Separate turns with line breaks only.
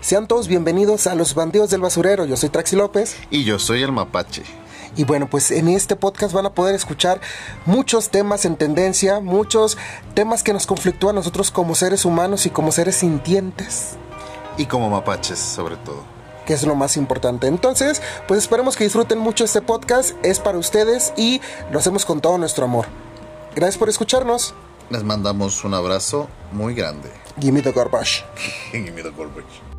Sean todos bienvenidos a Los Bandidos del Basurero. Yo soy Traxi López.
Y yo soy el Mapache.
Y bueno, pues en este podcast van a poder escuchar muchos temas en tendencia, muchos temas que nos conflictúan a nosotros como seres humanos y como seres sintientes.
Y como mapaches, sobre todo.
Que es lo más importante. Entonces, pues esperemos que disfruten mucho este podcast. Es para ustedes y lo hacemos con todo nuestro amor. Gracias por escucharnos.
Les mandamos un abrazo muy grande.
Give me the garbage.
Give me the garbage.